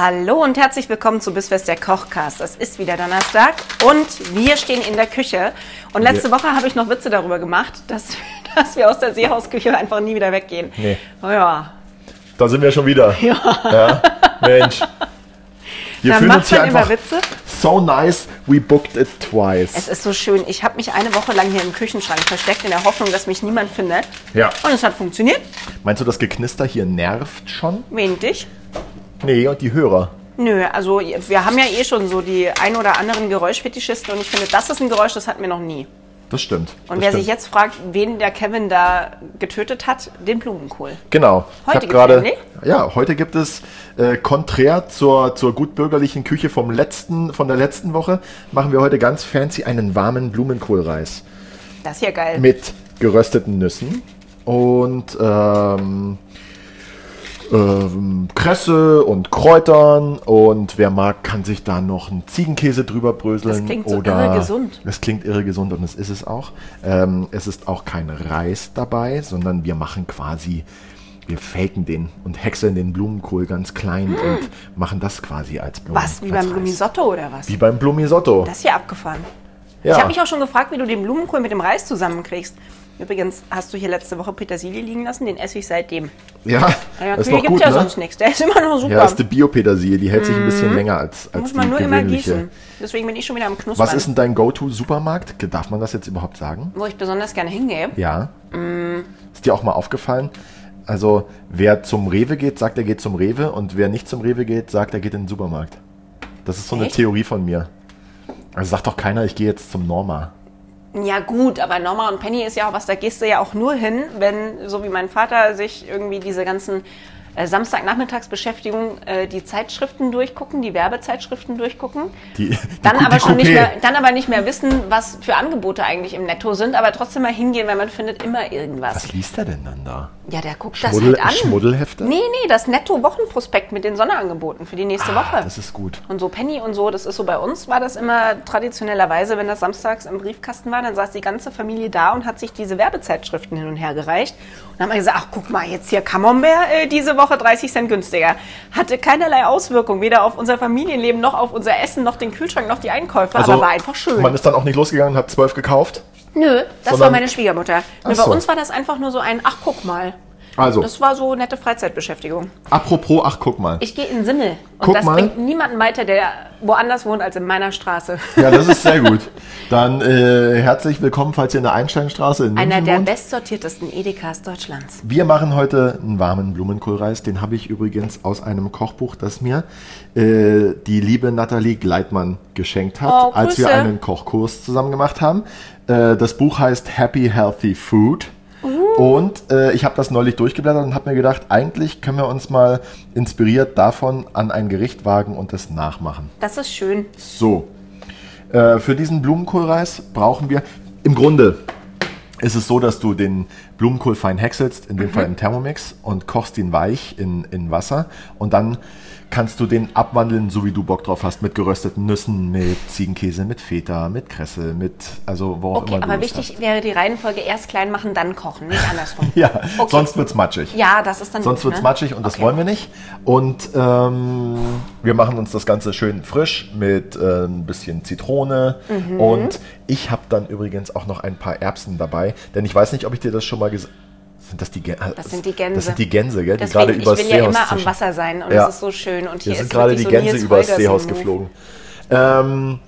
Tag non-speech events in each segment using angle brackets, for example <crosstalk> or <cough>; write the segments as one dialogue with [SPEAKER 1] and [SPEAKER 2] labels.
[SPEAKER 1] Hallo und herzlich willkommen zu Bissfest der Kochcast. Es ist wieder Donnerstag und wir stehen in der Küche. Und letzte
[SPEAKER 2] Ja.
[SPEAKER 1] Woche habe ich noch Witze darüber gemacht, dass, <laughs> dass wir aus der Seehausküche einfach nie wieder weggehen.
[SPEAKER 2] Nee.
[SPEAKER 1] Oh ja.
[SPEAKER 2] Da sind wir schon wieder. Ja. Mensch. Wir
[SPEAKER 1] Dann
[SPEAKER 2] fühlen
[SPEAKER 1] macht
[SPEAKER 2] uns hier
[SPEAKER 1] man immer
[SPEAKER 2] einfach
[SPEAKER 1] Witze.
[SPEAKER 2] so nice, we booked it
[SPEAKER 1] Es
[SPEAKER 2] twice.
[SPEAKER 1] ist so schön. Ich habe mich eine Woche lang hier im Küchenschrank versteckt, in der Hoffnung, dass mich niemand findet.
[SPEAKER 2] Ja.
[SPEAKER 1] Und es hat funktioniert.
[SPEAKER 2] Meinst du, das Geknister hier nervt schon?
[SPEAKER 1] Wen dich?
[SPEAKER 2] Nee, und die Hörer.
[SPEAKER 1] Nö, also wir haben ja eh schon so die ein oder anderen Geräuschfetischisten und ich finde, das ist ein Geräusch, das hatten wir noch nie.
[SPEAKER 2] Das stimmt. das
[SPEAKER 1] Und wer
[SPEAKER 2] stimmt.
[SPEAKER 1] sich jetzt fragt, wen der Kevin da getötet hat, den Blumenkohl.
[SPEAKER 2] Genau.
[SPEAKER 1] Heute
[SPEAKER 2] hab
[SPEAKER 1] gibt's einen,
[SPEAKER 2] Ja, heute gibt es äh, konträr zur, zur gutbürgerlichen Küche vom letzten, von der letzten Woche, machen wir heute ganz fancy einen warmen Blumenkohlreis.
[SPEAKER 1] Das ist ja geil.
[SPEAKER 2] mit gerösteten Nüssen und ähm, ähm, Kresse und Kräutern und wer mag, kann sich da noch einen Ziegenkäse drüber bröseln.
[SPEAKER 1] Das klingt so
[SPEAKER 2] oder
[SPEAKER 1] irre gesund.
[SPEAKER 2] Es klingt irre gesund und es ist es auch. Ähm, es ist auch kein Reis dabei, sondern wir machen quasi, wir faken den und häckseln den Blumenkohl ganz klein und machen das quasi als Blumen.
[SPEAKER 1] Hm. Was, wie
[SPEAKER 2] als
[SPEAKER 1] beim
[SPEAKER 2] Reis.
[SPEAKER 1] Blumisotto oder was?
[SPEAKER 2] Wie beim Blumisotto.
[SPEAKER 1] Das ist ja abgefahren.
[SPEAKER 2] Ja.
[SPEAKER 1] Ich habe mich auch schon gefragt, wie du den Blumenkohl mit dem Reis zusammenkriegst. Übrigens hast du hier letzte Woche Petersilie liegen lassen, den esse ich seitdem.
[SPEAKER 2] ja,
[SPEAKER 1] Ja,
[SPEAKER 2] das ist
[SPEAKER 1] Kühe
[SPEAKER 2] noch
[SPEAKER 1] gibt
[SPEAKER 2] gut,
[SPEAKER 1] ja
[SPEAKER 2] ne?
[SPEAKER 1] sonst nichts. Der ist immer noch super. Mhm.
[SPEAKER 2] Ja, das ist die Biopetersilie, die hält sich ein bisschen länger als, als
[SPEAKER 1] Muss
[SPEAKER 2] die
[SPEAKER 1] man nur immer
[SPEAKER 2] gewöhnliche.
[SPEAKER 1] gießen. Deswegen bin ich schon wieder am Knuspern.
[SPEAKER 2] Was ist denn dein Go-To-Supermarkt? Darf man das jetzt überhaupt sagen?
[SPEAKER 1] Wo ich besonders gerne hingehe.
[SPEAKER 2] Ja.
[SPEAKER 1] Mm.
[SPEAKER 2] Ist dir auch mal aufgefallen? Also, wer zum Rewe geht, sagt, er geht zum Rewe und wer nicht zum Rewe geht, sagt, er geht in den Supermarkt. Das ist so eine
[SPEAKER 1] Echt?
[SPEAKER 2] Theorie von mir. Also sagt doch keiner, ich gehe jetzt zum Norma.
[SPEAKER 1] Ja gut, aber Norma und Penny ist ja auch was, da gehst du ja auch nur hin, wenn, so wie mein Vater, sich irgendwie diese ganzen äh, Samstagnachmittagsbeschäftigung äh, die Zeitschriften durchgucken, die Werbezeitschriften durchgucken.
[SPEAKER 2] Die, die,
[SPEAKER 1] Dann
[SPEAKER 2] Ku-
[SPEAKER 1] aber,
[SPEAKER 2] die
[SPEAKER 1] schon nicht
[SPEAKER 2] Coupé.
[SPEAKER 1] mehr, dann aber nicht mehr wissen, was für Angebote eigentlich im Netto sind, aber trotzdem mal hingehen, weil man findet immer irgendwas.
[SPEAKER 2] Was liest er denn dann da?
[SPEAKER 1] Ja, der guckt
[SPEAKER 2] Schmuddel-
[SPEAKER 1] das halt an.
[SPEAKER 2] Schmuddelhefte?
[SPEAKER 1] Nee, nee, das Netto-Wochenprospekt mit den Sonderangeboten für die nächste Woche.
[SPEAKER 2] Ah, Das ist gut.
[SPEAKER 1] Und so Penny und so, das ist so bei uns, war das immer traditionellerweise, wenn das samstags im Briefkasten war, dann saß die ganze Familie da und hat sich diese Werbezeitschriften hin und her gereicht. Und haben wir gesagt, ach guck mal, jetzt hier Camembert äh, diese Woche 30 Cent günstiger. Hatte keinerlei Auswirkung, weder auf unser Familienleben, noch auf unser Essen, noch den Kühlschrank, noch die Einkäufe,
[SPEAKER 2] Also
[SPEAKER 1] aber war einfach schön.
[SPEAKER 2] Man ist dann auch nicht losgegangen und hat zwölf gekauft.
[SPEAKER 1] Nö, das war
[SPEAKER 2] Sondern-
[SPEAKER 1] meine Schwiegermutter. Nur
[SPEAKER 2] Ach
[SPEAKER 1] bei
[SPEAKER 2] so.
[SPEAKER 1] uns war das einfach nur so ein, ach guck mal.
[SPEAKER 2] Also,
[SPEAKER 1] Das war so nette Freizeitbeschäftigung.
[SPEAKER 2] apropos, ach guck mal.
[SPEAKER 1] Ich gehe in Simmel. Und
[SPEAKER 2] Guck
[SPEAKER 1] das
[SPEAKER 2] mal.
[SPEAKER 1] bringt niemanden weiter, der woanders wohnt als in meiner Straße.
[SPEAKER 2] Ja, das ist sehr gut. Dann äh, herzlich willkommen, falls ihr in der Einsteinstraße in München
[SPEAKER 1] Einer der
[SPEAKER 2] wohnt.
[SPEAKER 1] bestsortiertesten Edekas Deutschlands.
[SPEAKER 2] Wir machen heute einen warmen Blumenkohlreis. Den habe ich übrigens aus einem Kochbuch, das mir äh, die liebe Nathalie Gleitmann geschenkt hat,
[SPEAKER 1] Oh,
[SPEAKER 2] als wir
[SPEAKER 1] Grüße.
[SPEAKER 2] einen Kochkurs zusammen gemacht haben. Äh, das Buch heißt Happy Healthy Food.
[SPEAKER 1] Uh.
[SPEAKER 2] Und äh, ich habe das neulich durchgeblättert und habe mir gedacht, eigentlich können wir uns mal inspiriert davon an ein Gericht wagen und das nachmachen.
[SPEAKER 1] Das ist schön.
[SPEAKER 2] So, äh, für diesen Blumenkohlreis brauchen wir, im Grunde ist es so, dass du den Blumenkohl fein häckselst, in
[SPEAKER 1] Mhm.
[SPEAKER 2] dem Fall im Thermomix, und kochst ihn weich in, in Wasser und dann kannst du den abwandeln, so wie du Bock drauf hast, mit gerösteten Nüssen, mit Ziegenkäse, mit Feta, mit Kresse, mit, also worauf
[SPEAKER 1] Okay,
[SPEAKER 2] immer du
[SPEAKER 1] aber
[SPEAKER 2] Lust
[SPEAKER 1] wichtig wäre die Reihenfolge erst klein machen, dann kochen, nicht andersrum.
[SPEAKER 2] <laughs> hast. Ja,
[SPEAKER 1] Okay.
[SPEAKER 2] sonst wird's matschig.
[SPEAKER 1] Ja, das ist dann
[SPEAKER 2] Sonst
[SPEAKER 1] gut,
[SPEAKER 2] wird es
[SPEAKER 1] ne?
[SPEAKER 2] matschig und das
[SPEAKER 1] Okay.
[SPEAKER 2] wollen wir nicht. Und ähm, wir machen uns das Ganze schön frisch mit äh, ein bisschen Zitrone.
[SPEAKER 1] Mhm.
[SPEAKER 2] Und ich habe dann übrigens auch noch ein paar Erbsen dabei, denn ich weiß nicht, ob ich dir das schon mal gesagt sind das die Gänse?
[SPEAKER 1] Das sind die Gänse.
[SPEAKER 2] Das sind die Gänse, gell? Die gerade
[SPEAKER 1] Deswegen, ich
[SPEAKER 2] übers
[SPEAKER 1] will ja
[SPEAKER 2] Seehaus
[SPEAKER 1] immer am
[SPEAKER 2] zischen.
[SPEAKER 1] Wasser sein und
[SPEAKER 2] Ja.
[SPEAKER 1] es ist so schön. Und hier
[SPEAKER 2] Hier sind
[SPEAKER 1] ist
[SPEAKER 2] gerade die
[SPEAKER 1] wirklich so
[SPEAKER 2] Gänse
[SPEAKER 1] Nils
[SPEAKER 2] übers
[SPEAKER 1] Holgersen
[SPEAKER 2] Seehaus
[SPEAKER 1] Move.
[SPEAKER 2] geflogen. Ähm,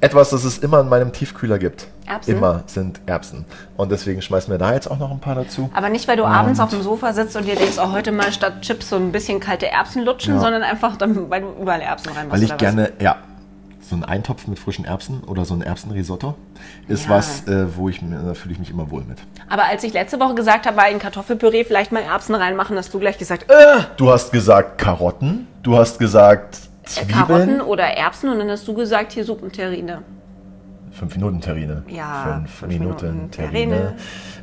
[SPEAKER 2] etwas, das es immer in meinem Tiefkühler gibt.
[SPEAKER 1] Erbsen?
[SPEAKER 2] Immer sind Erbsen. Und deswegen schmeißen wir da jetzt auch noch ein paar dazu.
[SPEAKER 1] Aber nicht, weil du abends auf dem Sofa sitzt und dir denkst, oh, heute mal statt Chips so ein bisschen kalte Erbsen lutschen,
[SPEAKER 2] Ja.
[SPEAKER 1] sondern einfach, dann, weil du überall Erbsen reinmachst.
[SPEAKER 2] Weil ich
[SPEAKER 1] oder was?
[SPEAKER 2] gerne, ja, so einen Eintopf mit frischen Erbsen oder so ein Erbsenrisotto ist
[SPEAKER 1] Ja.
[SPEAKER 2] was, äh, wo ich, mir- da fühle ich mich immer wohl mit.
[SPEAKER 1] Aber als ich letzte Woche gesagt habe, in Kartoffelpüree vielleicht mal Erbsen reinmachen, hast du gleich gesagt, äh,
[SPEAKER 2] Du hast gesagt Karotten Du hast gesagt Zwiebeln.
[SPEAKER 1] Karotten oder Erbsen und dann hast du gesagt, hier Suppenterrine.
[SPEAKER 2] Fünf Minuten Terrine.
[SPEAKER 1] Ja,
[SPEAKER 2] Fünf,
[SPEAKER 1] fünf
[SPEAKER 2] Minuten
[SPEAKER 1] Minuten
[SPEAKER 2] Terrine.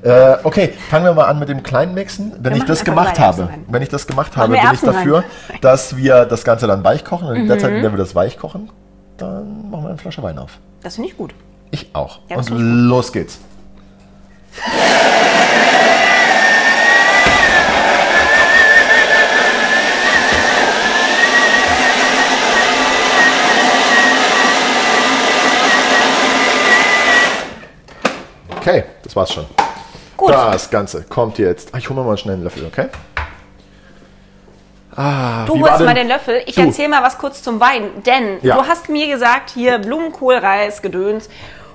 [SPEAKER 2] Äh, okay, fangen wir mal an mit dem kleinen Mixen. Wenn ich
[SPEAKER 1] machen
[SPEAKER 2] das
[SPEAKER 1] einfach
[SPEAKER 2] gemacht
[SPEAKER 1] drei Erbsen
[SPEAKER 2] habe,
[SPEAKER 1] rein.
[SPEAKER 2] wenn ich das gemacht habe,
[SPEAKER 1] wir
[SPEAKER 2] bin ich
[SPEAKER 1] Erbsen
[SPEAKER 2] dafür,
[SPEAKER 1] rein. Mhm.
[SPEAKER 2] dass wir das Ganze dann weich kochen. Und in der Zeit, in der wir das weich kochen, dann machen wir eine Flasche Wein auf.
[SPEAKER 1] Das finde ich gut.
[SPEAKER 2] Ich auch.
[SPEAKER 1] Ja, das
[SPEAKER 2] Und
[SPEAKER 1] finde ich
[SPEAKER 2] los geht's. Okay, das war's schon.
[SPEAKER 1] Gut.
[SPEAKER 2] Das Ganze kommt jetzt. Ah, Ich hole mir mal schnell einen Löffel, okay?
[SPEAKER 1] Du
[SPEAKER 2] Wie war
[SPEAKER 1] holst
[SPEAKER 2] denn-
[SPEAKER 1] mal den Löffel. Ich
[SPEAKER 2] Du.
[SPEAKER 1] erzähle mal was kurz zum Wein. Denn
[SPEAKER 2] Ja.
[SPEAKER 1] du hast mir gesagt, hier Blumenkohl, Reis, Gedöns.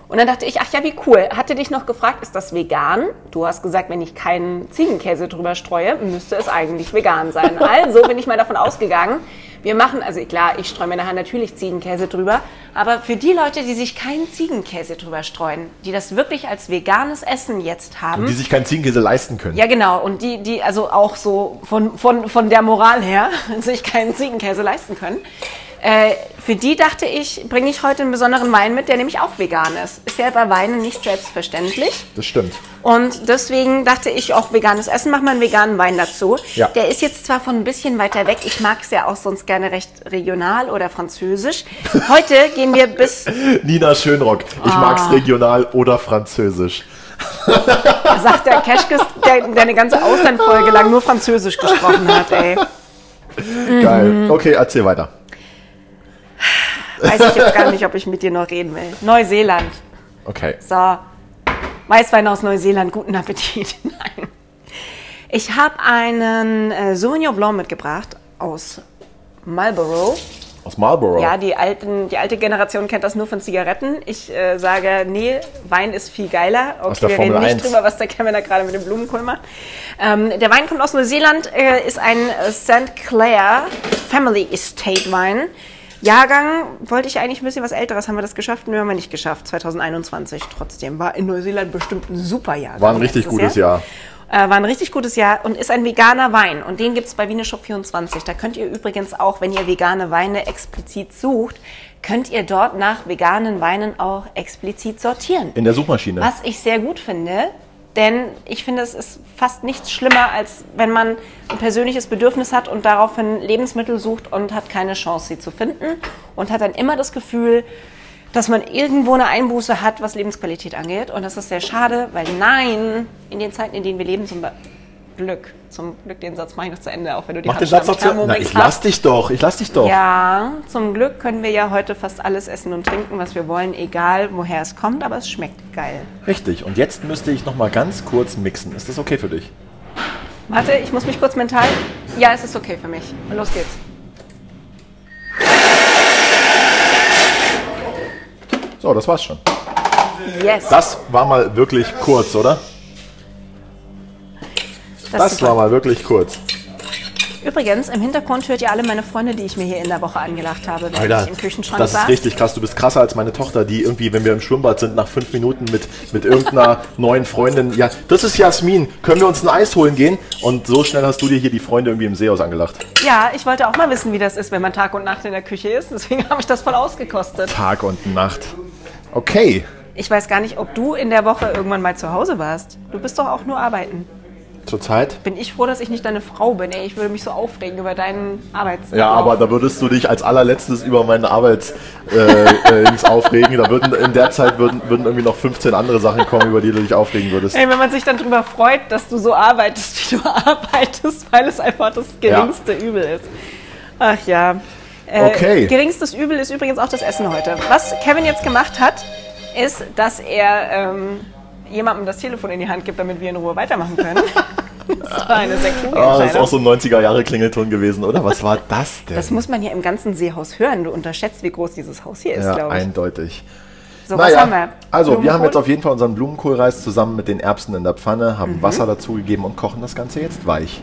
[SPEAKER 1] Und dann dachte ich, ach ja, wie cool. Hatte dich noch gefragt, ist das vegan? Du hast gesagt, wenn ich keinen Ziegenkäse drüber streue, müsste es eigentlich
[SPEAKER 2] <laughs>
[SPEAKER 1] vegan sein. Also bin ich mal davon ausgegangen. Wir machen, also klar, ich streue mir nachher natürlich Ziegenkäse drüber. Aber für die Leute, die sich keinen Ziegenkäse drüber streuen, die das wirklich als veganes Essen jetzt haben.
[SPEAKER 2] Die sich keinen Ziegenkäse leisten können.
[SPEAKER 1] Mhm. Ja, genau. Und die, die also auch so von, von, von der Moral her <laughs> sich keinen Ziegenkäse leisten können. Äh, für die dachte ich, bringe ich heute einen besonderen Wein mit, der nämlich auch vegan ist. Ist ja bei Weinen nicht selbstverständlich.
[SPEAKER 2] Das stimmt. <laughs>
[SPEAKER 1] Und deswegen dachte ich, auch veganes Essen, mach mal einen veganen Wein dazu.
[SPEAKER 2] Ja.
[SPEAKER 1] Der ist jetzt zwar von ein bisschen weiter weg, ich mag es ja auch sonst gerne recht regional oder französisch. Heute gehen wir bis, <laughs>
[SPEAKER 2] Nina Schönrock. Ich
[SPEAKER 1] Ah.
[SPEAKER 2] mag's regional oder französisch.
[SPEAKER 1] sagt der Keschkes, der, der eine ganze Auslandfolge lang nur französisch gesprochen hat, ey. Mhm.
[SPEAKER 2] Geil. Okay, erzähl weiter.
[SPEAKER 1] Weiß ich jetzt gar nicht, ob ich mit dir noch reden will. Neuseeland.
[SPEAKER 2] Okay.
[SPEAKER 1] So. Weißwein aus Neuseeland. Guten Appetit. <laughs> Nein. Ich habe einen äh, Sauvignon Blanc mitgebracht aus Marlborough.
[SPEAKER 2] Aus Marlboro.
[SPEAKER 1] Ja, die, alten, die alte Generation kennt das nur von Zigaretten. Ich äh, sage, nee, Wein ist viel geiler. Okay,
[SPEAKER 2] Aus der
[SPEAKER 1] wir
[SPEAKER 2] Formel
[SPEAKER 1] reden nicht
[SPEAKER 2] 1.
[SPEAKER 1] drüber, was der Kevin da gerade mit dem Blumenkohl macht. Ähm, der Wein kommt aus Neuseeland, äh, ist ein äh, St. Clair Family Estate Wein. Jahrgang wollte ich eigentlich ein bisschen was Älteres. Haben wir das geschafft? Nö, haben wir nicht geschafft. 2021 trotzdem. War in Neuseeland bestimmt ein super Jahrgang.
[SPEAKER 2] War ein richtig
[SPEAKER 1] letztes
[SPEAKER 2] gutes Jahr.
[SPEAKER 1] äh, war ein richtig gutes Jahr und ist ein veganer Wein. Und den gibt's bei Wieneshop24. Da könnt ihr übrigens auch, wenn ihr vegane Weine explizit sucht, könnt ihr dort nach veganen Weinen auch explizit sortieren.
[SPEAKER 2] In der Suchmaschine.
[SPEAKER 1] Was ich sehr gut finde, denn ich finde, es ist fast nichts schlimmer, als wenn man ein persönliches Bedürfnis hat und daraufhin Lebensmittel sucht und hat keine Chance, sie zu finden und hat dann immer das Gefühl, dass man irgendwo eine Einbuße hat, was Lebensqualität angeht. Und das ist sehr schade, weil nein, in den Zeiten, in denen wir leben, zum Be- Glück, zum Glück, den Satz mache ich noch zu Ende, auch wenn du die
[SPEAKER 2] Mach den
[SPEAKER 1] Hand schon
[SPEAKER 2] Satz
[SPEAKER 1] am
[SPEAKER 2] doch zu. Na,
[SPEAKER 1] Thermomix
[SPEAKER 2] ich
[SPEAKER 1] hast.
[SPEAKER 2] lass dich doch. Ich lass dich doch.
[SPEAKER 1] Ja, zum Glück können wir ja heute fast alles essen und trinken, was wir wollen, egal woher es kommt, aber es schmeckt geil.
[SPEAKER 2] Richtig. Und jetzt müsste ich noch mal ganz kurz mixen. Ist das okay für dich?
[SPEAKER 1] Warte, ich muss mich kurz mental. Ja, es ist okay für mich. Los geht's.
[SPEAKER 2] So, das war's schon.
[SPEAKER 1] Yes.
[SPEAKER 2] Das war mal wirklich kurz, oder? Das,
[SPEAKER 1] ist
[SPEAKER 2] war
[SPEAKER 1] super.
[SPEAKER 2] mal wirklich kurz.
[SPEAKER 1] Übrigens, im Hintergrund hört ihr alle meine Freunde, die ich mir hier in der Woche angelacht habe, während ich im Küchenschrank
[SPEAKER 2] das ist
[SPEAKER 1] saß.
[SPEAKER 2] richtig krass. Du bist krasser als meine Tochter, die irgendwie, wenn wir im Schwimmbad sind, nach fünf Minuten mit, mit
[SPEAKER 1] <laughs>
[SPEAKER 2] irgendeiner neuen Freundin. Ja, das ist Jasmin. Können wir uns ein Eis holen gehen? Und so schnell hast du dir hier die Freunde irgendwie im Seehaus angelacht.
[SPEAKER 1] Ja, ich wollte auch mal wissen, wie das ist, wenn man Tag und Nacht in der Küche ist. Deswegen <laughs> habe ich das voll ausgekostet.
[SPEAKER 2] Tag und Nacht. Okay.
[SPEAKER 1] Ich weiß gar nicht, ob du in der Woche irgendwann mal zu Hause warst. Du bist doch auch nur arbeiten.
[SPEAKER 2] Zurzeit
[SPEAKER 1] Bin ich froh, dass ich nicht deine Frau bin. Ey, ich würde mich so aufregen über deinen Arbeitstag.
[SPEAKER 2] Ja, aber da würdest du dich als allerletztes über meine Arbeit äh, äh, ins aufregen. Da würden in der Zeit würden, würden irgendwie noch 15 andere Sachen kommen, über die du dich aufregen würdest.
[SPEAKER 1] Ey, wenn man sich dann drüber freut, dass du so arbeitest, wie du <laughs> arbeitest, weil es einfach das geringste Übel ist. Ach ja. Äh,
[SPEAKER 2] Okay.
[SPEAKER 1] Geringstes Übel ist übrigens auch das Essen heute. Was Kevin jetzt gemacht hat, ist, dass er ähm, jemandem das Telefon in die Hand gibt, damit wir in Ruhe
[SPEAKER 2] <laughs>
[SPEAKER 1] weitermachen können. das war eine sehr kluge
[SPEAKER 2] Ah, das ist
[SPEAKER 1] Entscheidung.
[SPEAKER 2] auch so ein 90er Jahre Klingelton gewesen, oder? Was war das denn?
[SPEAKER 1] das muss man ja im ganzen Seehaus hören. Du unterschätzt, wie groß dieses Haus hier ist,
[SPEAKER 2] ja,
[SPEAKER 1] glaube ich.
[SPEAKER 2] eindeutig.
[SPEAKER 1] So, was
[SPEAKER 2] Naja,
[SPEAKER 1] haben wir?
[SPEAKER 2] also wir haben
[SPEAKER 1] Blumenkohl?
[SPEAKER 2] jetzt auf jeden Fall unseren Blumenkohlreis zusammen mit den Erbsen in der Pfanne, haben
[SPEAKER 1] Mhm.
[SPEAKER 2] Wasser dazugegeben und kochen das Ganze jetzt weich.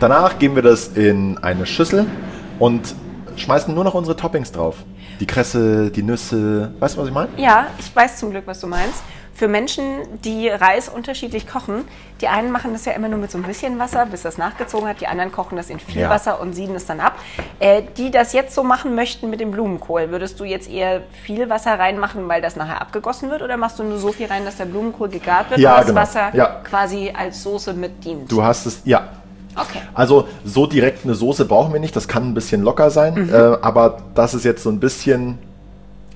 [SPEAKER 2] Danach geben wir das in eine Schüssel und schmeißen nur noch unsere Toppings drauf. Die Kresse, die Nüsse, weißt du, was ich meine?
[SPEAKER 1] Ja, ich weiß zum Glück, was du meinst. für Menschen, die Reis unterschiedlich kochen. Die einen machen das ja immer nur mit so ein bisschen Wasser, bis das nachgezogen hat. Die anderen kochen das in viel
[SPEAKER 2] Ja.
[SPEAKER 1] Wasser und sieden es dann ab. Äh, die das jetzt so machen möchten mit dem Blumenkohl, würdest du jetzt eher viel Wasser reinmachen, weil das nachher abgegossen wird? Oder machst du nur so viel rein, dass der Blumenkohl gegart wird
[SPEAKER 2] Ja,
[SPEAKER 1] und das
[SPEAKER 2] genau.
[SPEAKER 1] Wasser
[SPEAKER 2] Ja.
[SPEAKER 1] quasi als Soße mit dient?
[SPEAKER 2] Du hast es, ja.
[SPEAKER 1] Okay.
[SPEAKER 2] Also so direkt eine Soße brauchen wir nicht, das kann ein bisschen locker sein, äh, aber das ist jetzt so ein bisschen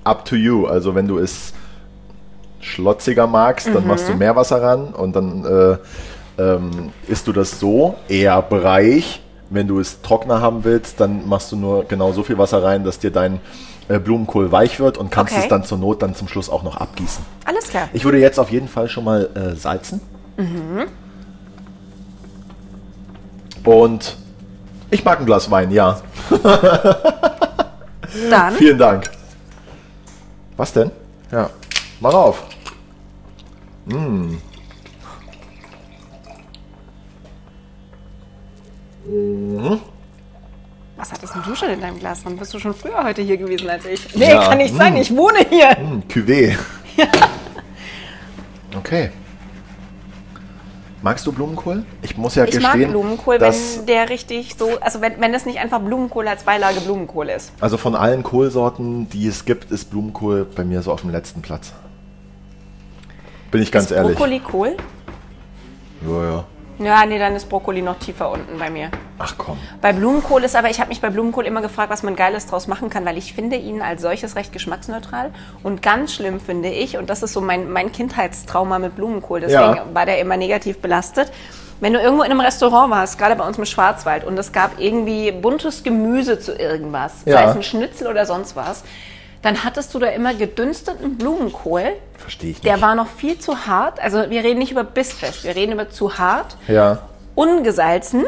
[SPEAKER 2] up to you. Also wenn du es schlotziger magst, dann machst du mehr Wasser ran und dann äh, ähm, isst du das so, eher breich. Wenn du es trockener haben willst, dann machst du nur genau so viel Wasser rein, dass dir dein äh, Blumenkohl weich wird und kannst
[SPEAKER 1] Okay.
[SPEAKER 2] es dann zur Not dann zum Schluss auch noch abgießen.
[SPEAKER 1] Alles klar.
[SPEAKER 2] Ich würde jetzt auf jeden Fall schon mal äh, salzen. Und ich mag ein Glas Wein, ja.
[SPEAKER 1] <laughs> Dann
[SPEAKER 2] Vielen Dank. Was denn? Ja, mach auf.
[SPEAKER 1] Was hattest denn du schon in deinem Glas drin? Bist du schon früher heute hier gewesen als ich? Nee,
[SPEAKER 2] Ja.
[SPEAKER 1] kann nicht sein,
[SPEAKER 2] Mm.
[SPEAKER 1] ich wohne hier.
[SPEAKER 2] Hm,
[SPEAKER 1] <laughs>
[SPEAKER 2] Cuvée. Okay. Magst du Blumenkohl? Ich muss ja
[SPEAKER 1] Ich mag
[SPEAKER 2] gestehen,
[SPEAKER 1] Blumenkohl,
[SPEAKER 2] dass
[SPEAKER 1] wenn der richtig so, also wenn, wenn das nicht einfach Blumenkohl als Beilage Blumenkohl ist.
[SPEAKER 2] also von allen Kohlsorten, die es gibt, ist Blumenkohl bei mir so auf dem letzten Platz. Bin ich ganz
[SPEAKER 1] ist
[SPEAKER 2] ehrlich.
[SPEAKER 1] Brokkoli Kohl?
[SPEAKER 2] Ja, ja.
[SPEAKER 1] Ja, nee, dann ist Brokkoli noch tiefer unten bei mir.
[SPEAKER 2] Ach komm.
[SPEAKER 1] Bei Blumenkohl ist aber, ich habe mich bei Blumenkohl immer gefragt, was man Geiles draus machen kann, weil ich finde ihn als solches recht geschmacksneutral. Und ganz schlimm finde ich, und das ist so mein, mein Kindheitstrauma mit Blumenkohl, deswegen
[SPEAKER 2] Ja.
[SPEAKER 1] war der immer negativ belastet. Wenn du irgendwo in einem Restaurant warst, gerade bei uns im Schwarzwald, und es gab irgendwie buntes Gemüse zu irgendwas, sei
[SPEAKER 2] Ja.
[SPEAKER 1] es ein Schnitzel oder sonst was, dann hattest du da immer gedünsteten Blumenkohl.
[SPEAKER 2] Verstehe ich nicht.
[SPEAKER 1] Der war noch viel zu hart. Also wir reden nicht über bissfest, wir reden über zu hart
[SPEAKER 2] ja.
[SPEAKER 1] ungesalzen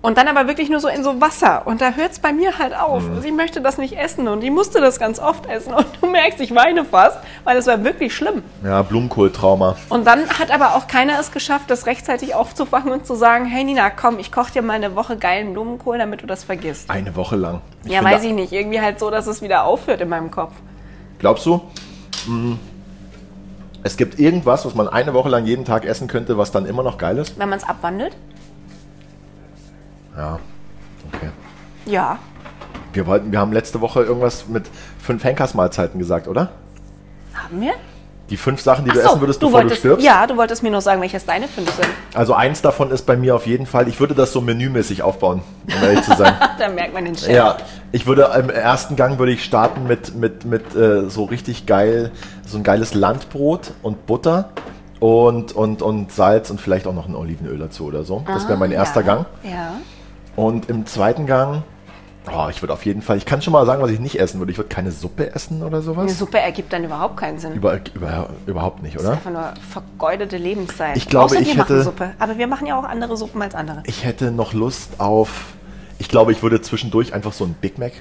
[SPEAKER 1] und dann aber wirklich nur so in so Wasser. Und da hört es bei mir halt auf.
[SPEAKER 2] Mhm.
[SPEAKER 1] Also ich möchte das nicht essen und ich musste das ganz oft essen. <laughs> Und du merkst, ich weine fast, weil es war wirklich schlimm.
[SPEAKER 2] Ja, Blumenkohltrauma.
[SPEAKER 1] Und dann hat aber auch keiner es geschafft, das rechtzeitig aufzufangen und zu sagen, hey Nina, komm, ich koche dir mal eine Woche geilen Blumenkohl, damit du das vergisst.
[SPEAKER 2] Eine Woche lang.
[SPEAKER 1] ja, weiß ich nicht. Irgendwie halt so, dass es wieder aufhört in meinem Kopf.
[SPEAKER 2] Glaubst du, mm, es gibt irgendwas, was man eine Woche lang jeden Tag essen könnte, was dann immer noch geil ist?
[SPEAKER 1] Wenn man es abwandelt?
[SPEAKER 2] Ja. Okay.
[SPEAKER 1] Ja.
[SPEAKER 2] Wir, wollten, wir haben letzte Woche irgendwas mit fünf Henkersmahlzeiten gesagt, oder?
[SPEAKER 1] Haben wir?
[SPEAKER 2] Die fünf Sachen, die du
[SPEAKER 1] Ach so,
[SPEAKER 2] essen würdest, bevor
[SPEAKER 1] wolltest,
[SPEAKER 2] du stirbst.
[SPEAKER 1] Ja, du wolltest mir noch sagen, welches deine fünf sind. <laughs>
[SPEAKER 2] Also eins davon ist bei mir auf jeden Fall, ich würde das so menümäßig aufbauen, um ehrlich zu
[SPEAKER 1] <laughs>
[SPEAKER 2] sein.
[SPEAKER 1] Da merkt man den Chef.
[SPEAKER 2] Ja, ich würde im ersten Gang würde ich starten mit, mit, mit äh, so richtig geil, so ein geiles Landbrot und Butter und, und, und Salz und vielleicht auch noch ein Olivenöl dazu oder so. Das wäre mein erster
[SPEAKER 1] Ah, ja.
[SPEAKER 2] Gang.
[SPEAKER 1] Ja.
[SPEAKER 2] Und im zweiten Gang, oh, ich würde auf jeden Fall, ich kann schon mal sagen, was ich nicht essen würde. Ich würde keine Suppe essen oder
[SPEAKER 1] Eine
[SPEAKER 2] sowas.
[SPEAKER 1] Suppe ergibt dann überhaupt keinen Sinn.
[SPEAKER 2] Über, über, überhaupt nicht,
[SPEAKER 1] Das
[SPEAKER 2] oder?
[SPEAKER 1] ist einfach nur vergeudete Lebenszeit.
[SPEAKER 2] Ich glaube,
[SPEAKER 1] Außer
[SPEAKER 2] ich
[SPEAKER 1] wir machen
[SPEAKER 2] hätte-
[SPEAKER 1] Suppe. Aber wir machen ja auch andere Suppen als andere.
[SPEAKER 2] Ich hätte noch Lust auf, ich glaube, ich würde zwischendurch einfach so ein Big Mac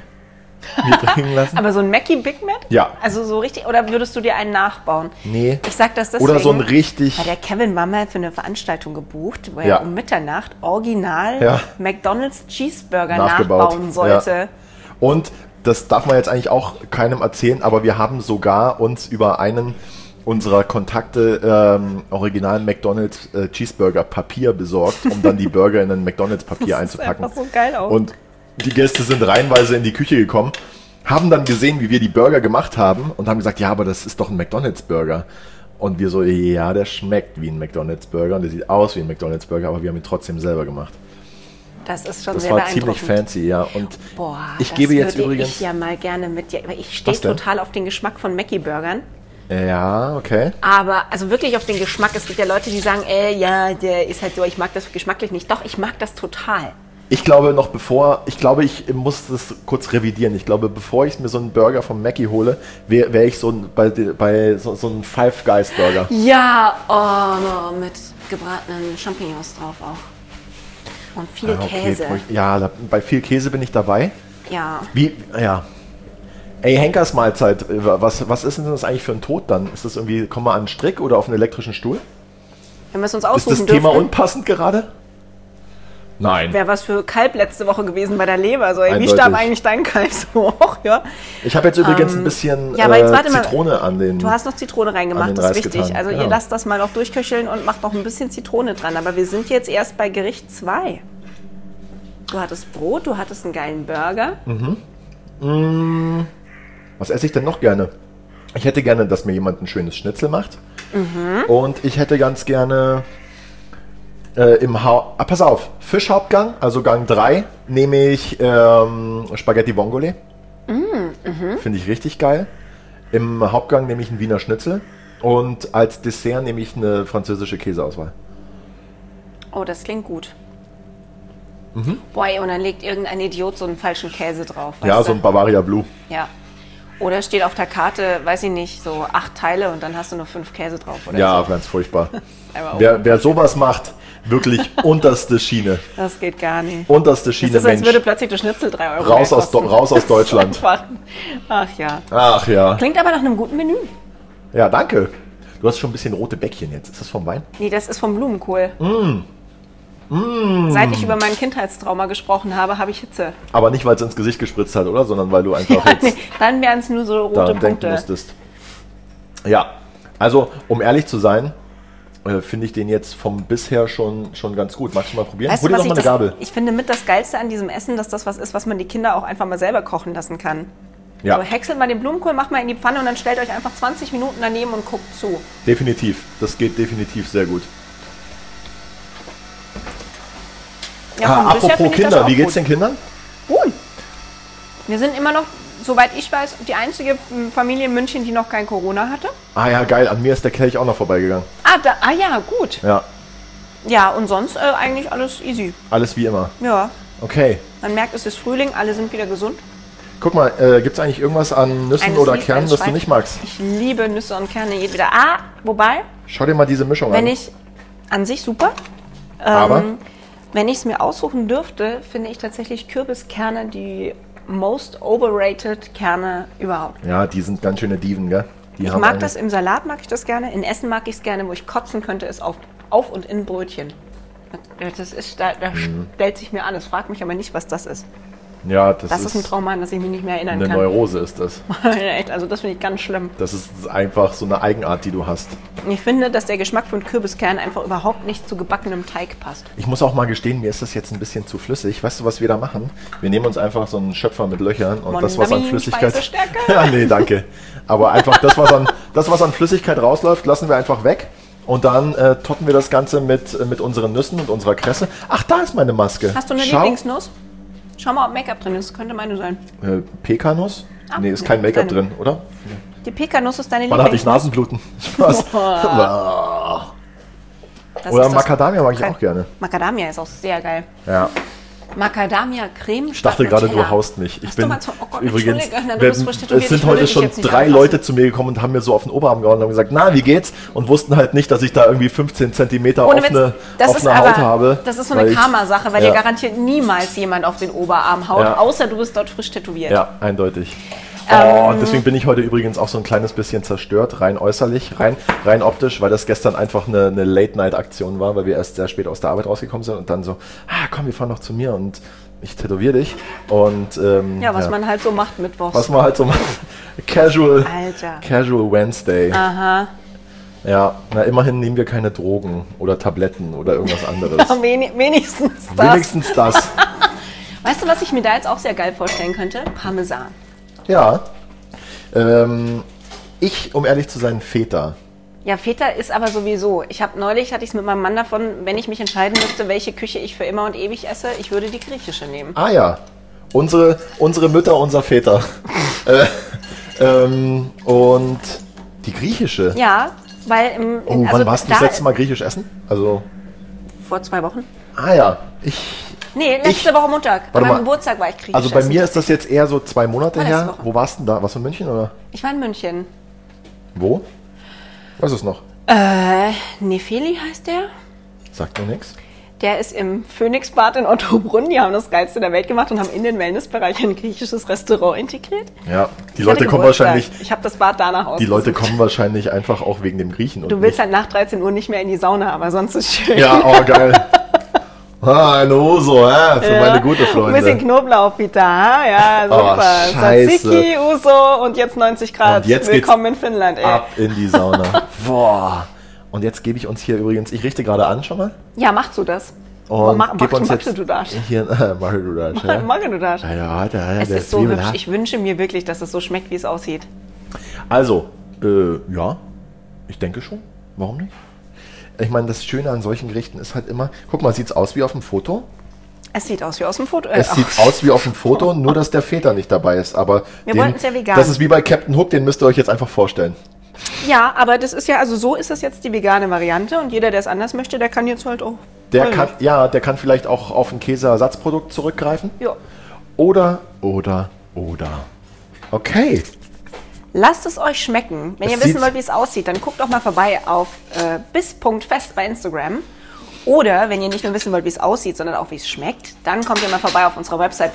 [SPEAKER 2] mir <laughs> bringen lassen.
[SPEAKER 1] Aber so ein Mackie Big Mac?
[SPEAKER 2] Ja.
[SPEAKER 1] Also so richtig? Oder würdest du dir einen nachbauen?
[SPEAKER 2] Nee.
[SPEAKER 1] Ich sag das eh deswegen.
[SPEAKER 2] Oder so ein richtig...
[SPEAKER 1] Weil der Kevin war mal für eine Veranstaltung gebucht, wo er
[SPEAKER 2] Ja.
[SPEAKER 1] um Mitternacht original
[SPEAKER 2] Ja.
[SPEAKER 1] McDonalds Cheeseburger
[SPEAKER 2] Nachgebaut.
[SPEAKER 1] nachbauen sollte.
[SPEAKER 2] Ja. Und das darf man jetzt eigentlich auch keinem erzählen, aber wir haben sogar uns über einen unserer Kontakte ähm, originalen McDonald's äh, Cheeseburger Papier besorgt, um dann die Burger in ein McDonald's Papier
[SPEAKER 1] Das ist
[SPEAKER 2] einzupacken.
[SPEAKER 1] einfach so geil auch.
[SPEAKER 2] Und die Gäste sind reihenweise in die Küche gekommen, haben dann gesehen, wie wir die Burger gemacht haben und haben gesagt, ja, aber das ist doch ein McDonald's Burger. Und wir so, ja, der schmeckt wie ein McDonald's Burger und der sieht aus wie ein McDonald's Burger, aber wir haben ihn trotzdem selber gemacht.
[SPEAKER 1] Das ist schon
[SPEAKER 2] Das
[SPEAKER 1] sehr
[SPEAKER 2] war
[SPEAKER 1] beeindruckend.
[SPEAKER 2] ziemlich fancy, ja. Und
[SPEAKER 1] Boah,
[SPEAKER 2] ich
[SPEAKER 1] das
[SPEAKER 2] gebe jetzt
[SPEAKER 1] würde
[SPEAKER 2] übrigens.
[SPEAKER 1] ich ja mal gerne mit dir. Ich stehe
[SPEAKER 2] Was denn?
[SPEAKER 1] total auf den Geschmack von Mackie Burgern.
[SPEAKER 2] Ja, okay.
[SPEAKER 1] Aber, also wirklich auf den Geschmack. Es gibt ja Leute, die sagen, äh, ja, der ist halt so, ich mag das geschmacklich nicht. Doch, ich mag das total.
[SPEAKER 2] Ich glaube noch bevor, ich glaube, ich muss das kurz revidieren. Ich glaube, bevor ich mir so einen Burger vom Mackie hole, wäre wär ich so ein, bei, bei so, so ein Five Guys Burger.
[SPEAKER 1] Ja, oh, mit gebratenen Champignons drauf auch. Und viel
[SPEAKER 2] Ah,
[SPEAKER 1] Käse.
[SPEAKER 2] bräuchte- Ja, da, bei viel Käse bin ich dabei.
[SPEAKER 1] Ja.
[SPEAKER 2] Wie, ja. Ey, Henkers Mahlzeit, äh, was, was ist denn das eigentlich für ein Tod dann? Ist das irgendwie, komm mal an einen Strick oder auf einen elektrischen Stuhl?
[SPEAKER 1] Wenn wir es uns
[SPEAKER 2] Ist
[SPEAKER 1] aussuchen
[SPEAKER 2] das Thema
[SPEAKER 1] dürften.
[SPEAKER 2] unpassend gerade? Nein.
[SPEAKER 1] Wäre was für Kalb letzte Woche gewesen bei der Leber. So, ey, wie
[SPEAKER 2] Eindeutig.
[SPEAKER 1] starb eigentlich dein Kalb so hoch? Ja.
[SPEAKER 2] Ich habe jetzt übrigens ein bisschen
[SPEAKER 1] Ähm, ja, aber jetzt
[SPEAKER 2] äh,
[SPEAKER 1] warte mal.
[SPEAKER 2] Zitrone an den.
[SPEAKER 1] Du hast noch Zitrone
[SPEAKER 2] An den
[SPEAKER 1] reingemacht, das ist
[SPEAKER 2] Reis
[SPEAKER 1] wichtig.
[SPEAKER 2] getan,
[SPEAKER 1] Also ihr
[SPEAKER 2] genau.
[SPEAKER 1] lasst das mal noch durchköcheln und macht noch ein bisschen Zitrone dran. Aber wir sind jetzt erst bei Gericht 2. Du hattest Brot, du hattest einen geilen Burger.
[SPEAKER 2] Was esse ich denn noch gerne? Ich hätte gerne, dass mir jemand ein schönes Schnitzel macht. Und ich hätte ganz gerne äh, im ha ah, pass auf, Fischhauptgang, also Gang 3, nehme ich ähm, Spaghetti Vongole.
[SPEAKER 1] Mm, mhm.
[SPEAKER 2] Finde ich richtig geil. Im Hauptgang nehme ich einen Wiener Schnitzel. Und als Dessert nehme ich eine französische Käseauswahl.
[SPEAKER 1] Oh, das klingt gut. Boah, ey, und dann legt irgendein Idiot so einen falschen Käse drauf.
[SPEAKER 2] Mhm. ja,
[SPEAKER 1] weißt
[SPEAKER 2] so
[SPEAKER 1] du?
[SPEAKER 2] ein Bavaria Blue.
[SPEAKER 1] Ja. Oder steht auf der Karte, weiß ich nicht, so acht Teile und dann hast du nur fünf Käse drauf. Oder
[SPEAKER 2] Ja,
[SPEAKER 1] so.
[SPEAKER 2] ganz furchtbar.
[SPEAKER 1] <laughs> einfach
[SPEAKER 2] wer, wer sowas macht, wirklich <laughs> unterste Schiene.
[SPEAKER 1] Das geht gar nicht.
[SPEAKER 2] Unterste
[SPEAKER 1] Es
[SPEAKER 2] Oh, Schiene,
[SPEAKER 1] ist, als
[SPEAKER 2] Mensch.
[SPEAKER 1] würde plötzlich der Schnitzel drei Euro
[SPEAKER 2] Raus
[SPEAKER 1] mehr
[SPEAKER 2] aus
[SPEAKER 1] kosten.
[SPEAKER 2] Do- raus aus
[SPEAKER 1] <laughs> Das ist
[SPEAKER 2] Deutschland.
[SPEAKER 1] einfach- Ach ja.
[SPEAKER 2] Ach ja.
[SPEAKER 1] Klingt aber nach einem guten Menü.
[SPEAKER 2] Ja, danke. Du hast schon ein bisschen rote Bäckchen jetzt. Ist das vom Wein?
[SPEAKER 1] Nee, das ist vom Blumenkohl.
[SPEAKER 2] Mm.
[SPEAKER 1] Seit ich über mein Kindheitstrauma gesprochen habe, habe ich Hitze.
[SPEAKER 2] Aber nicht, weil es ins Gesicht gespritzt hat, oder? Sondern weil du einfach jetzt <laughs>
[SPEAKER 1] <laughs> Nee, dann wären es nur so rote
[SPEAKER 2] daran denken
[SPEAKER 1] Punkte.
[SPEAKER 2] musstest. Ja, also um ehrlich zu sein, äh, finde ich den jetzt vom bisher schon, schon ganz gut. Magst du mal probieren?
[SPEAKER 1] Weißt
[SPEAKER 2] Hol
[SPEAKER 1] du,
[SPEAKER 2] dir
[SPEAKER 1] was
[SPEAKER 2] noch
[SPEAKER 1] ich,
[SPEAKER 2] mal eine
[SPEAKER 1] das,
[SPEAKER 2] Gabel.
[SPEAKER 1] ich finde mit das Geilste an diesem Essen, dass das was ist, was man die Kinder auch einfach mal selber kochen lassen kann.
[SPEAKER 2] Ja,
[SPEAKER 1] So, häckselt mal den Blumenkohl, macht mal in die Pfanne und dann stellt euch einfach 20 Minuten daneben und guckt zu.
[SPEAKER 2] definitiv. Das geht definitiv sehr gut.
[SPEAKER 1] Ja, vom
[SPEAKER 2] ah,
[SPEAKER 1] Dessert
[SPEAKER 2] apropos
[SPEAKER 1] finde ich das
[SPEAKER 2] Kinder,
[SPEAKER 1] auch
[SPEAKER 2] wie
[SPEAKER 1] gut.
[SPEAKER 2] geht's den Kindern?
[SPEAKER 1] Gut. Wir sind immer noch, soweit ich weiß, die einzige m, Familie in München, die noch kein Corona hatte.
[SPEAKER 2] Ah ja, geil. An mir ist der Kelch auch noch vorbeigegangen.
[SPEAKER 1] Ah, da, ah ja, gut.
[SPEAKER 2] Ja,
[SPEAKER 1] Ja, und sonst äh, eigentlich alles easy.
[SPEAKER 2] alles wie immer.
[SPEAKER 1] Ja,
[SPEAKER 2] Okay.
[SPEAKER 1] man merkt, es ist Frühling, alle sind wieder gesund.
[SPEAKER 2] Guck mal, äh, gibt's eigentlich irgendwas an Nüssen
[SPEAKER 1] Eines
[SPEAKER 2] oder
[SPEAKER 1] liebt,
[SPEAKER 2] Kernen,
[SPEAKER 1] eines
[SPEAKER 2] das du
[SPEAKER 1] schreit.
[SPEAKER 2] nicht magst?
[SPEAKER 1] Ich liebe Nüsse und Kerne jedweder. Ah, wobei,
[SPEAKER 2] Schau dir mal diese Mischung
[SPEAKER 1] wenn
[SPEAKER 2] an.
[SPEAKER 1] ich an sich super,
[SPEAKER 2] Aber
[SPEAKER 1] Ähm, wenn ich es mir aussuchen dürfte, finde ich tatsächlich Kürbiskerne die most overrated Kerne überhaupt.
[SPEAKER 2] Ja, die sind ganz schöne Diven, gell? Die
[SPEAKER 1] Ich
[SPEAKER 2] haben
[SPEAKER 1] mag
[SPEAKER 2] eine-
[SPEAKER 1] das im Salat, mag ich das gerne. In Essen mag ich es gerne, wo ich kotzen könnte, ist auf, auf und in Brötchen. Das ist, da, da
[SPEAKER 2] Mhm.
[SPEAKER 1] stellt sich mir an. Es fragt mich aber nicht, was das ist.
[SPEAKER 2] Ja, das,
[SPEAKER 1] Das
[SPEAKER 2] ist,
[SPEAKER 1] ist, ein Trauma, an das ich mich nicht mehr erinnern
[SPEAKER 2] eine
[SPEAKER 1] kann.
[SPEAKER 2] Neurose ist das.
[SPEAKER 1] <laughs> Echt, also das finde ich ganz schlimm.
[SPEAKER 2] Das ist einfach so eine Eigenart, die du hast.
[SPEAKER 1] Ich finde, dass der Geschmack von Kürbiskernen einfach überhaupt nicht zu gebackenem Teig passt.
[SPEAKER 2] Ich muss auch mal gestehen, mir ist das jetzt ein bisschen zu flüssig. Weißt du, was wir da machen? Wir nehmen uns einfach so einen Schöpfer mit Löchern und das, was an
[SPEAKER 1] Mondamin,
[SPEAKER 2] Flüssigkeit.
[SPEAKER 1] Speisestärke.
[SPEAKER 2] <laughs> ja, nee, danke. Aber einfach das, was an, das, was an Flüssigkeit rausläuft, lassen wir einfach weg. Und dann äh, totten wir das Ganze mit, äh, mit unseren Nüssen und unserer Kresse. Ach, da ist meine Maske.
[SPEAKER 1] Hast du eine
[SPEAKER 2] Schau.
[SPEAKER 1] Lieblingsnuss? Schau mal, ob Make-up drin ist. Könnte meine sein.
[SPEAKER 2] Äh, Pekanuss?
[SPEAKER 1] Ah,
[SPEAKER 2] nee, ist
[SPEAKER 1] nee,
[SPEAKER 2] kein Make-up
[SPEAKER 1] keine.
[SPEAKER 2] drin, oder?
[SPEAKER 1] Die Pekanuss ist deine
[SPEAKER 2] Wann hatte ich
[SPEAKER 1] Lieblingsnuss.
[SPEAKER 2] Nasenbluten? <laughs>
[SPEAKER 1] <laughs>
[SPEAKER 2] Spaß.
[SPEAKER 1] Das
[SPEAKER 2] Oder
[SPEAKER 1] ist das-
[SPEAKER 2] Macadamia mag ich auch gerne.
[SPEAKER 1] Macadamia ist auch sehr geil.
[SPEAKER 2] Ja.
[SPEAKER 1] Macadamia Creme.
[SPEAKER 2] Ich dachte gerade, du haust mich. Ich bin
[SPEAKER 1] oh
[SPEAKER 2] übrigens,
[SPEAKER 1] ne,
[SPEAKER 2] wir, es sind heute schon drei Leute zu mir gekommen und haben mir so auf den Oberarm gehauen und haben gesagt, na, wie geht's? Und wussten halt nicht, dass ich da irgendwie 15 Zentimeter
[SPEAKER 1] Ohne
[SPEAKER 2] offene,
[SPEAKER 1] Witz, das ist
[SPEAKER 2] offene
[SPEAKER 1] aber,
[SPEAKER 2] Haut habe.
[SPEAKER 1] das ist so eine
[SPEAKER 2] weil ich-
[SPEAKER 1] Karma-Sache, weil
[SPEAKER 2] ja,
[SPEAKER 1] dir garantiert niemals jemand auf den Oberarm haut,
[SPEAKER 2] Ja.
[SPEAKER 1] außer du bist dort frisch tätowiert.
[SPEAKER 2] Ja, eindeutig.
[SPEAKER 1] Ähm.
[SPEAKER 2] oh, deswegen bin ich heute übrigens auch so ein kleines bisschen zerstört, rein äußerlich, rein, rein optisch, weil das gestern einfach eine, eine Late-Night-Aktion war, weil wir erst sehr spät aus der Arbeit rausgekommen sind und dann so, ah, komm, wir fahren noch zu mir und ich tätowiere dich. Und, ähm,
[SPEAKER 1] Ja, was man halt so macht mittwochs. <laughs>
[SPEAKER 2] Was man halt so macht. <laughs> Casual.
[SPEAKER 1] Alter.
[SPEAKER 2] Casual Wednesday. Aha. Ja, na immerhin nehmen wir keine Drogen oder Tabletten oder irgendwas anderes.
[SPEAKER 1] <laughs> Weni- Wenigstens das.
[SPEAKER 2] Wenigstens das.
[SPEAKER 1] Weißt du, was ich mir da jetzt auch sehr geil vorstellen könnte? Parmesan.
[SPEAKER 2] Ja. Ähm, ich, um ehrlich zu sein, Väter.
[SPEAKER 1] Ja, Feta ist aber sowieso. Ich habe neulich, hatte ich es mit meinem Mann davon, wenn ich mich entscheiden müsste, welche Küche ich für immer und ewig esse, ich würde die griechische nehmen.
[SPEAKER 2] Ah ja. Unsere, unsere Mütter, unser
[SPEAKER 1] <laughs>
[SPEAKER 2] Väter. äh, ähm, und die griechische.
[SPEAKER 1] Ja, weil im, also
[SPEAKER 2] Oh, wann warst du das
[SPEAKER 1] da-
[SPEAKER 2] letzte Mal griechisch essen? Also,
[SPEAKER 1] Vor zwei Wochen?
[SPEAKER 2] ah ja. Ich,
[SPEAKER 1] Nee, letzte
[SPEAKER 2] Ich-
[SPEAKER 1] Woche Montag. Bei
[SPEAKER 2] Warte
[SPEAKER 1] meinem
[SPEAKER 2] mal.
[SPEAKER 1] Geburtstag war ich griechisch.
[SPEAKER 2] also bei
[SPEAKER 1] essen.
[SPEAKER 2] mir ist das jetzt eher so zwei Monate
[SPEAKER 1] War letzte
[SPEAKER 2] her.
[SPEAKER 1] Woche.
[SPEAKER 2] Wo warst du denn da? Warst du in München oder?
[SPEAKER 1] Ich war in München.
[SPEAKER 2] Wo? Was ist noch?
[SPEAKER 1] Äh, Nefeli heißt der.
[SPEAKER 2] Sagt mir nichts.
[SPEAKER 1] Der ist im Phoenixbad in Ottobrunn. Die haben das Geilste der Welt gemacht und haben in den Wellnessbereich ein griechisches Restaurant integriert.
[SPEAKER 2] Ja, die
[SPEAKER 1] Ich
[SPEAKER 2] Leute
[SPEAKER 1] hatte
[SPEAKER 2] kommen
[SPEAKER 1] Geburtstag.
[SPEAKER 2] wahrscheinlich.
[SPEAKER 1] Ich habe das Bad danach aus.
[SPEAKER 2] Die Leute kommen wahrscheinlich einfach auch wegen dem Griechen. Und
[SPEAKER 1] Du willst
[SPEAKER 2] nicht-
[SPEAKER 1] <laughs> halt nach 13 Uhr nicht mehr in die Sauna, aber sonst ist schön.
[SPEAKER 2] ja, oh geil. Ah, eine Uso, ja, für meine gute
[SPEAKER 1] Ein bisschen
[SPEAKER 2] Freunde.
[SPEAKER 1] Knoblauch, bitte. ha? Ja, super.
[SPEAKER 2] Oh, Scheiße.
[SPEAKER 1] Tzatziki, Uso und jetzt 90 Grad.
[SPEAKER 2] Und jetzt geht's
[SPEAKER 1] Willkommen in Finnland, ey.
[SPEAKER 2] Ab in die
[SPEAKER 1] <laughs>
[SPEAKER 2] Sauna. Boah. Und jetzt gebe ich uns hier übrigens, ich richte gerade an schon mal.
[SPEAKER 1] Ja, machst du das? Oh,
[SPEAKER 2] Und
[SPEAKER 1] mach,
[SPEAKER 2] gib
[SPEAKER 1] mach,
[SPEAKER 2] uns
[SPEAKER 1] mach
[SPEAKER 2] jetzt
[SPEAKER 1] du das.
[SPEAKER 2] Hier, <laughs> äh, Mario Dudasch, ja.
[SPEAKER 1] <laughs> Mach du das.
[SPEAKER 2] Alter, Alter, Alter,
[SPEAKER 1] Es
[SPEAKER 2] der
[SPEAKER 1] ist so
[SPEAKER 2] Zwiebel,
[SPEAKER 1] hübsch.
[SPEAKER 2] ja.
[SPEAKER 1] Ich wünsche mir wirklich, dass es so schmeckt, wie es aussieht.
[SPEAKER 2] Also, äh, ja, ich denke schon. Warum nicht? Ich meine, das Schöne an solchen Gerichten ist halt immer, guck mal, sieht's aus wie auf dem Foto?
[SPEAKER 1] Es sieht aus wie aus dem Foto. äh,
[SPEAKER 2] Es sieht aus wie auf dem Foto, nur dass der Väter nicht dabei ist. Aber
[SPEAKER 1] Wir
[SPEAKER 2] den,
[SPEAKER 1] wollten's ja vegan.
[SPEAKER 2] Das ist wie bei Captain Hook, den müsst ihr euch jetzt einfach vorstellen.
[SPEAKER 1] Ja, aber das ist ja, also so ist das jetzt die vegane Variante und jeder, der es anders möchte, der kann jetzt halt auch.
[SPEAKER 2] Der
[SPEAKER 1] Weiß
[SPEAKER 2] kann,
[SPEAKER 1] nicht.
[SPEAKER 2] ja, der kann vielleicht auch auf ein Käseersatzprodukt zurückgreifen.
[SPEAKER 1] Ja.
[SPEAKER 2] Oder, oder, oder. Okay.
[SPEAKER 1] Lasst es euch schmecken. Wenn
[SPEAKER 2] Es
[SPEAKER 1] ihr wissen
[SPEAKER 2] sieht-
[SPEAKER 1] wollt, wie es aussieht, dann guckt doch mal vorbei auf äh, bis.fest bei Instagram. Oder wenn ihr nicht nur wissen wollt, wie es aussieht, sondern auch wie es schmeckt, dann kommt ihr mal vorbei auf unserer Website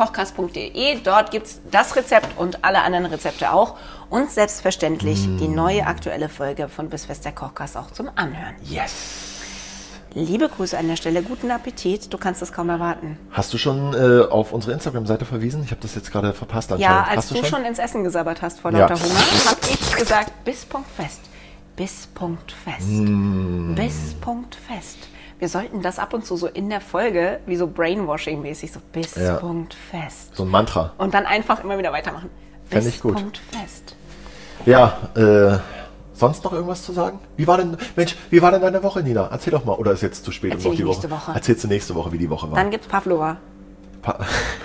[SPEAKER 1] bisfest-kochkast.de. Dort gibt es das Rezept und alle anderen Rezepte auch. Und selbstverständlich
[SPEAKER 2] Mm.
[SPEAKER 1] die neue aktuelle Folge von Bisfest der Kochkast auch zum Anhören.
[SPEAKER 2] Yes.
[SPEAKER 1] Liebe Grüße an der Stelle, guten Appetit. Du kannst es kaum erwarten.
[SPEAKER 2] Hast du schon äh, auf unsere Instagram-Seite verwiesen? Ich habe das jetzt gerade verpasst anscheinend.
[SPEAKER 1] Ja,
[SPEAKER 2] Hast
[SPEAKER 1] als du, schon? ins Essen gesabbert hast vor
[SPEAKER 2] Ja.
[SPEAKER 1] lauter Hunger,
[SPEAKER 2] <laughs>
[SPEAKER 1] hab ich gesagt, bis Punkt fest. Bis Punkt fest.
[SPEAKER 2] Mm.
[SPEAKER 1] Bis Punkt fest. Wir sollten das ab und zu so in der Folge, wie so Brainwashing-mäßig, so bis
[SPEAKER 2] Ja.
[SPEAKER 1] Punkt fest.
[SPEAKER 2] So ein Mantra.
[SPEAKER 1] Und dann einfach immer wieder weitermachen.
[SPEAKER 2] Fänd
[SPEAKER 1] Bis
[SPEAKER 2] ich gut.
[SPEAKER 1] Punkt fest.
[SPEAKER 2] Ja, äh, sonst noch irgendwas zu sagen? Wie war denn, Mensch, wie war denn deine Woche, Nina? Erzähl doch mal. Oder ist jetzt zu spät, um
[SPEAKER 1] Erzähl
[SPEAKER 2] noch die
[SPEAKER 1] ich
[SPEAKER 2] Woche?
[SPEAKER 1] nächste Woche.
[SPEAKER 2] Erzählst du nächste Woche, wie die Woche war?
[SPEAKER 1] Dann gibt's Pavlova. <laughs>
[SPEAKER 2] Pa-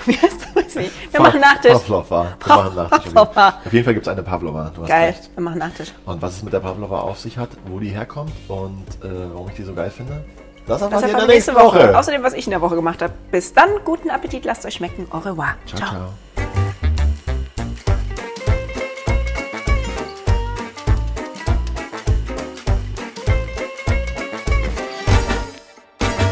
[SPEAKER 1] Wie heißt das? Weiß nicht. Wir
[SPEAKER 2] Pa-
[SPEAKER 1] machen Nachtisch.
[SPEAKER 2] Pavlova. Wir
[SPEAKER 1] Pa-
[SPEAKER 2] machen Nachtisch.
[SPEAKER 1] <laughs> Pavlova.
[SPEAKER 2] Auf jeden Fall gibt es eine Pavlova. Du hast
[SPEAKER 1] Geil,
[SPEAKER 2] recht.
[SPEAKER 1] wir machen Nachtisch.
[SPEAKER 2] Und was es mit der Pavlova auf sich hat, wo die herkommt und äh, warum ich die so geil finde, das erfahrt ihr
[SPEAKER 1] Das
[SPEAKER 2] in der
[SPEAKER 1] erfahren wir
[SPEAKER 2] nächsten
[SPEAKER 1] nächste Woche.
[SPEAKER 2] Woche.
[SPEAKER 1] Außerdem, was ich in der Woche gemacht habe. Bis dann, guten Appetit, lasst euch schmecken. Au revoir.
[SPEAKER 2] Ciao, ciao.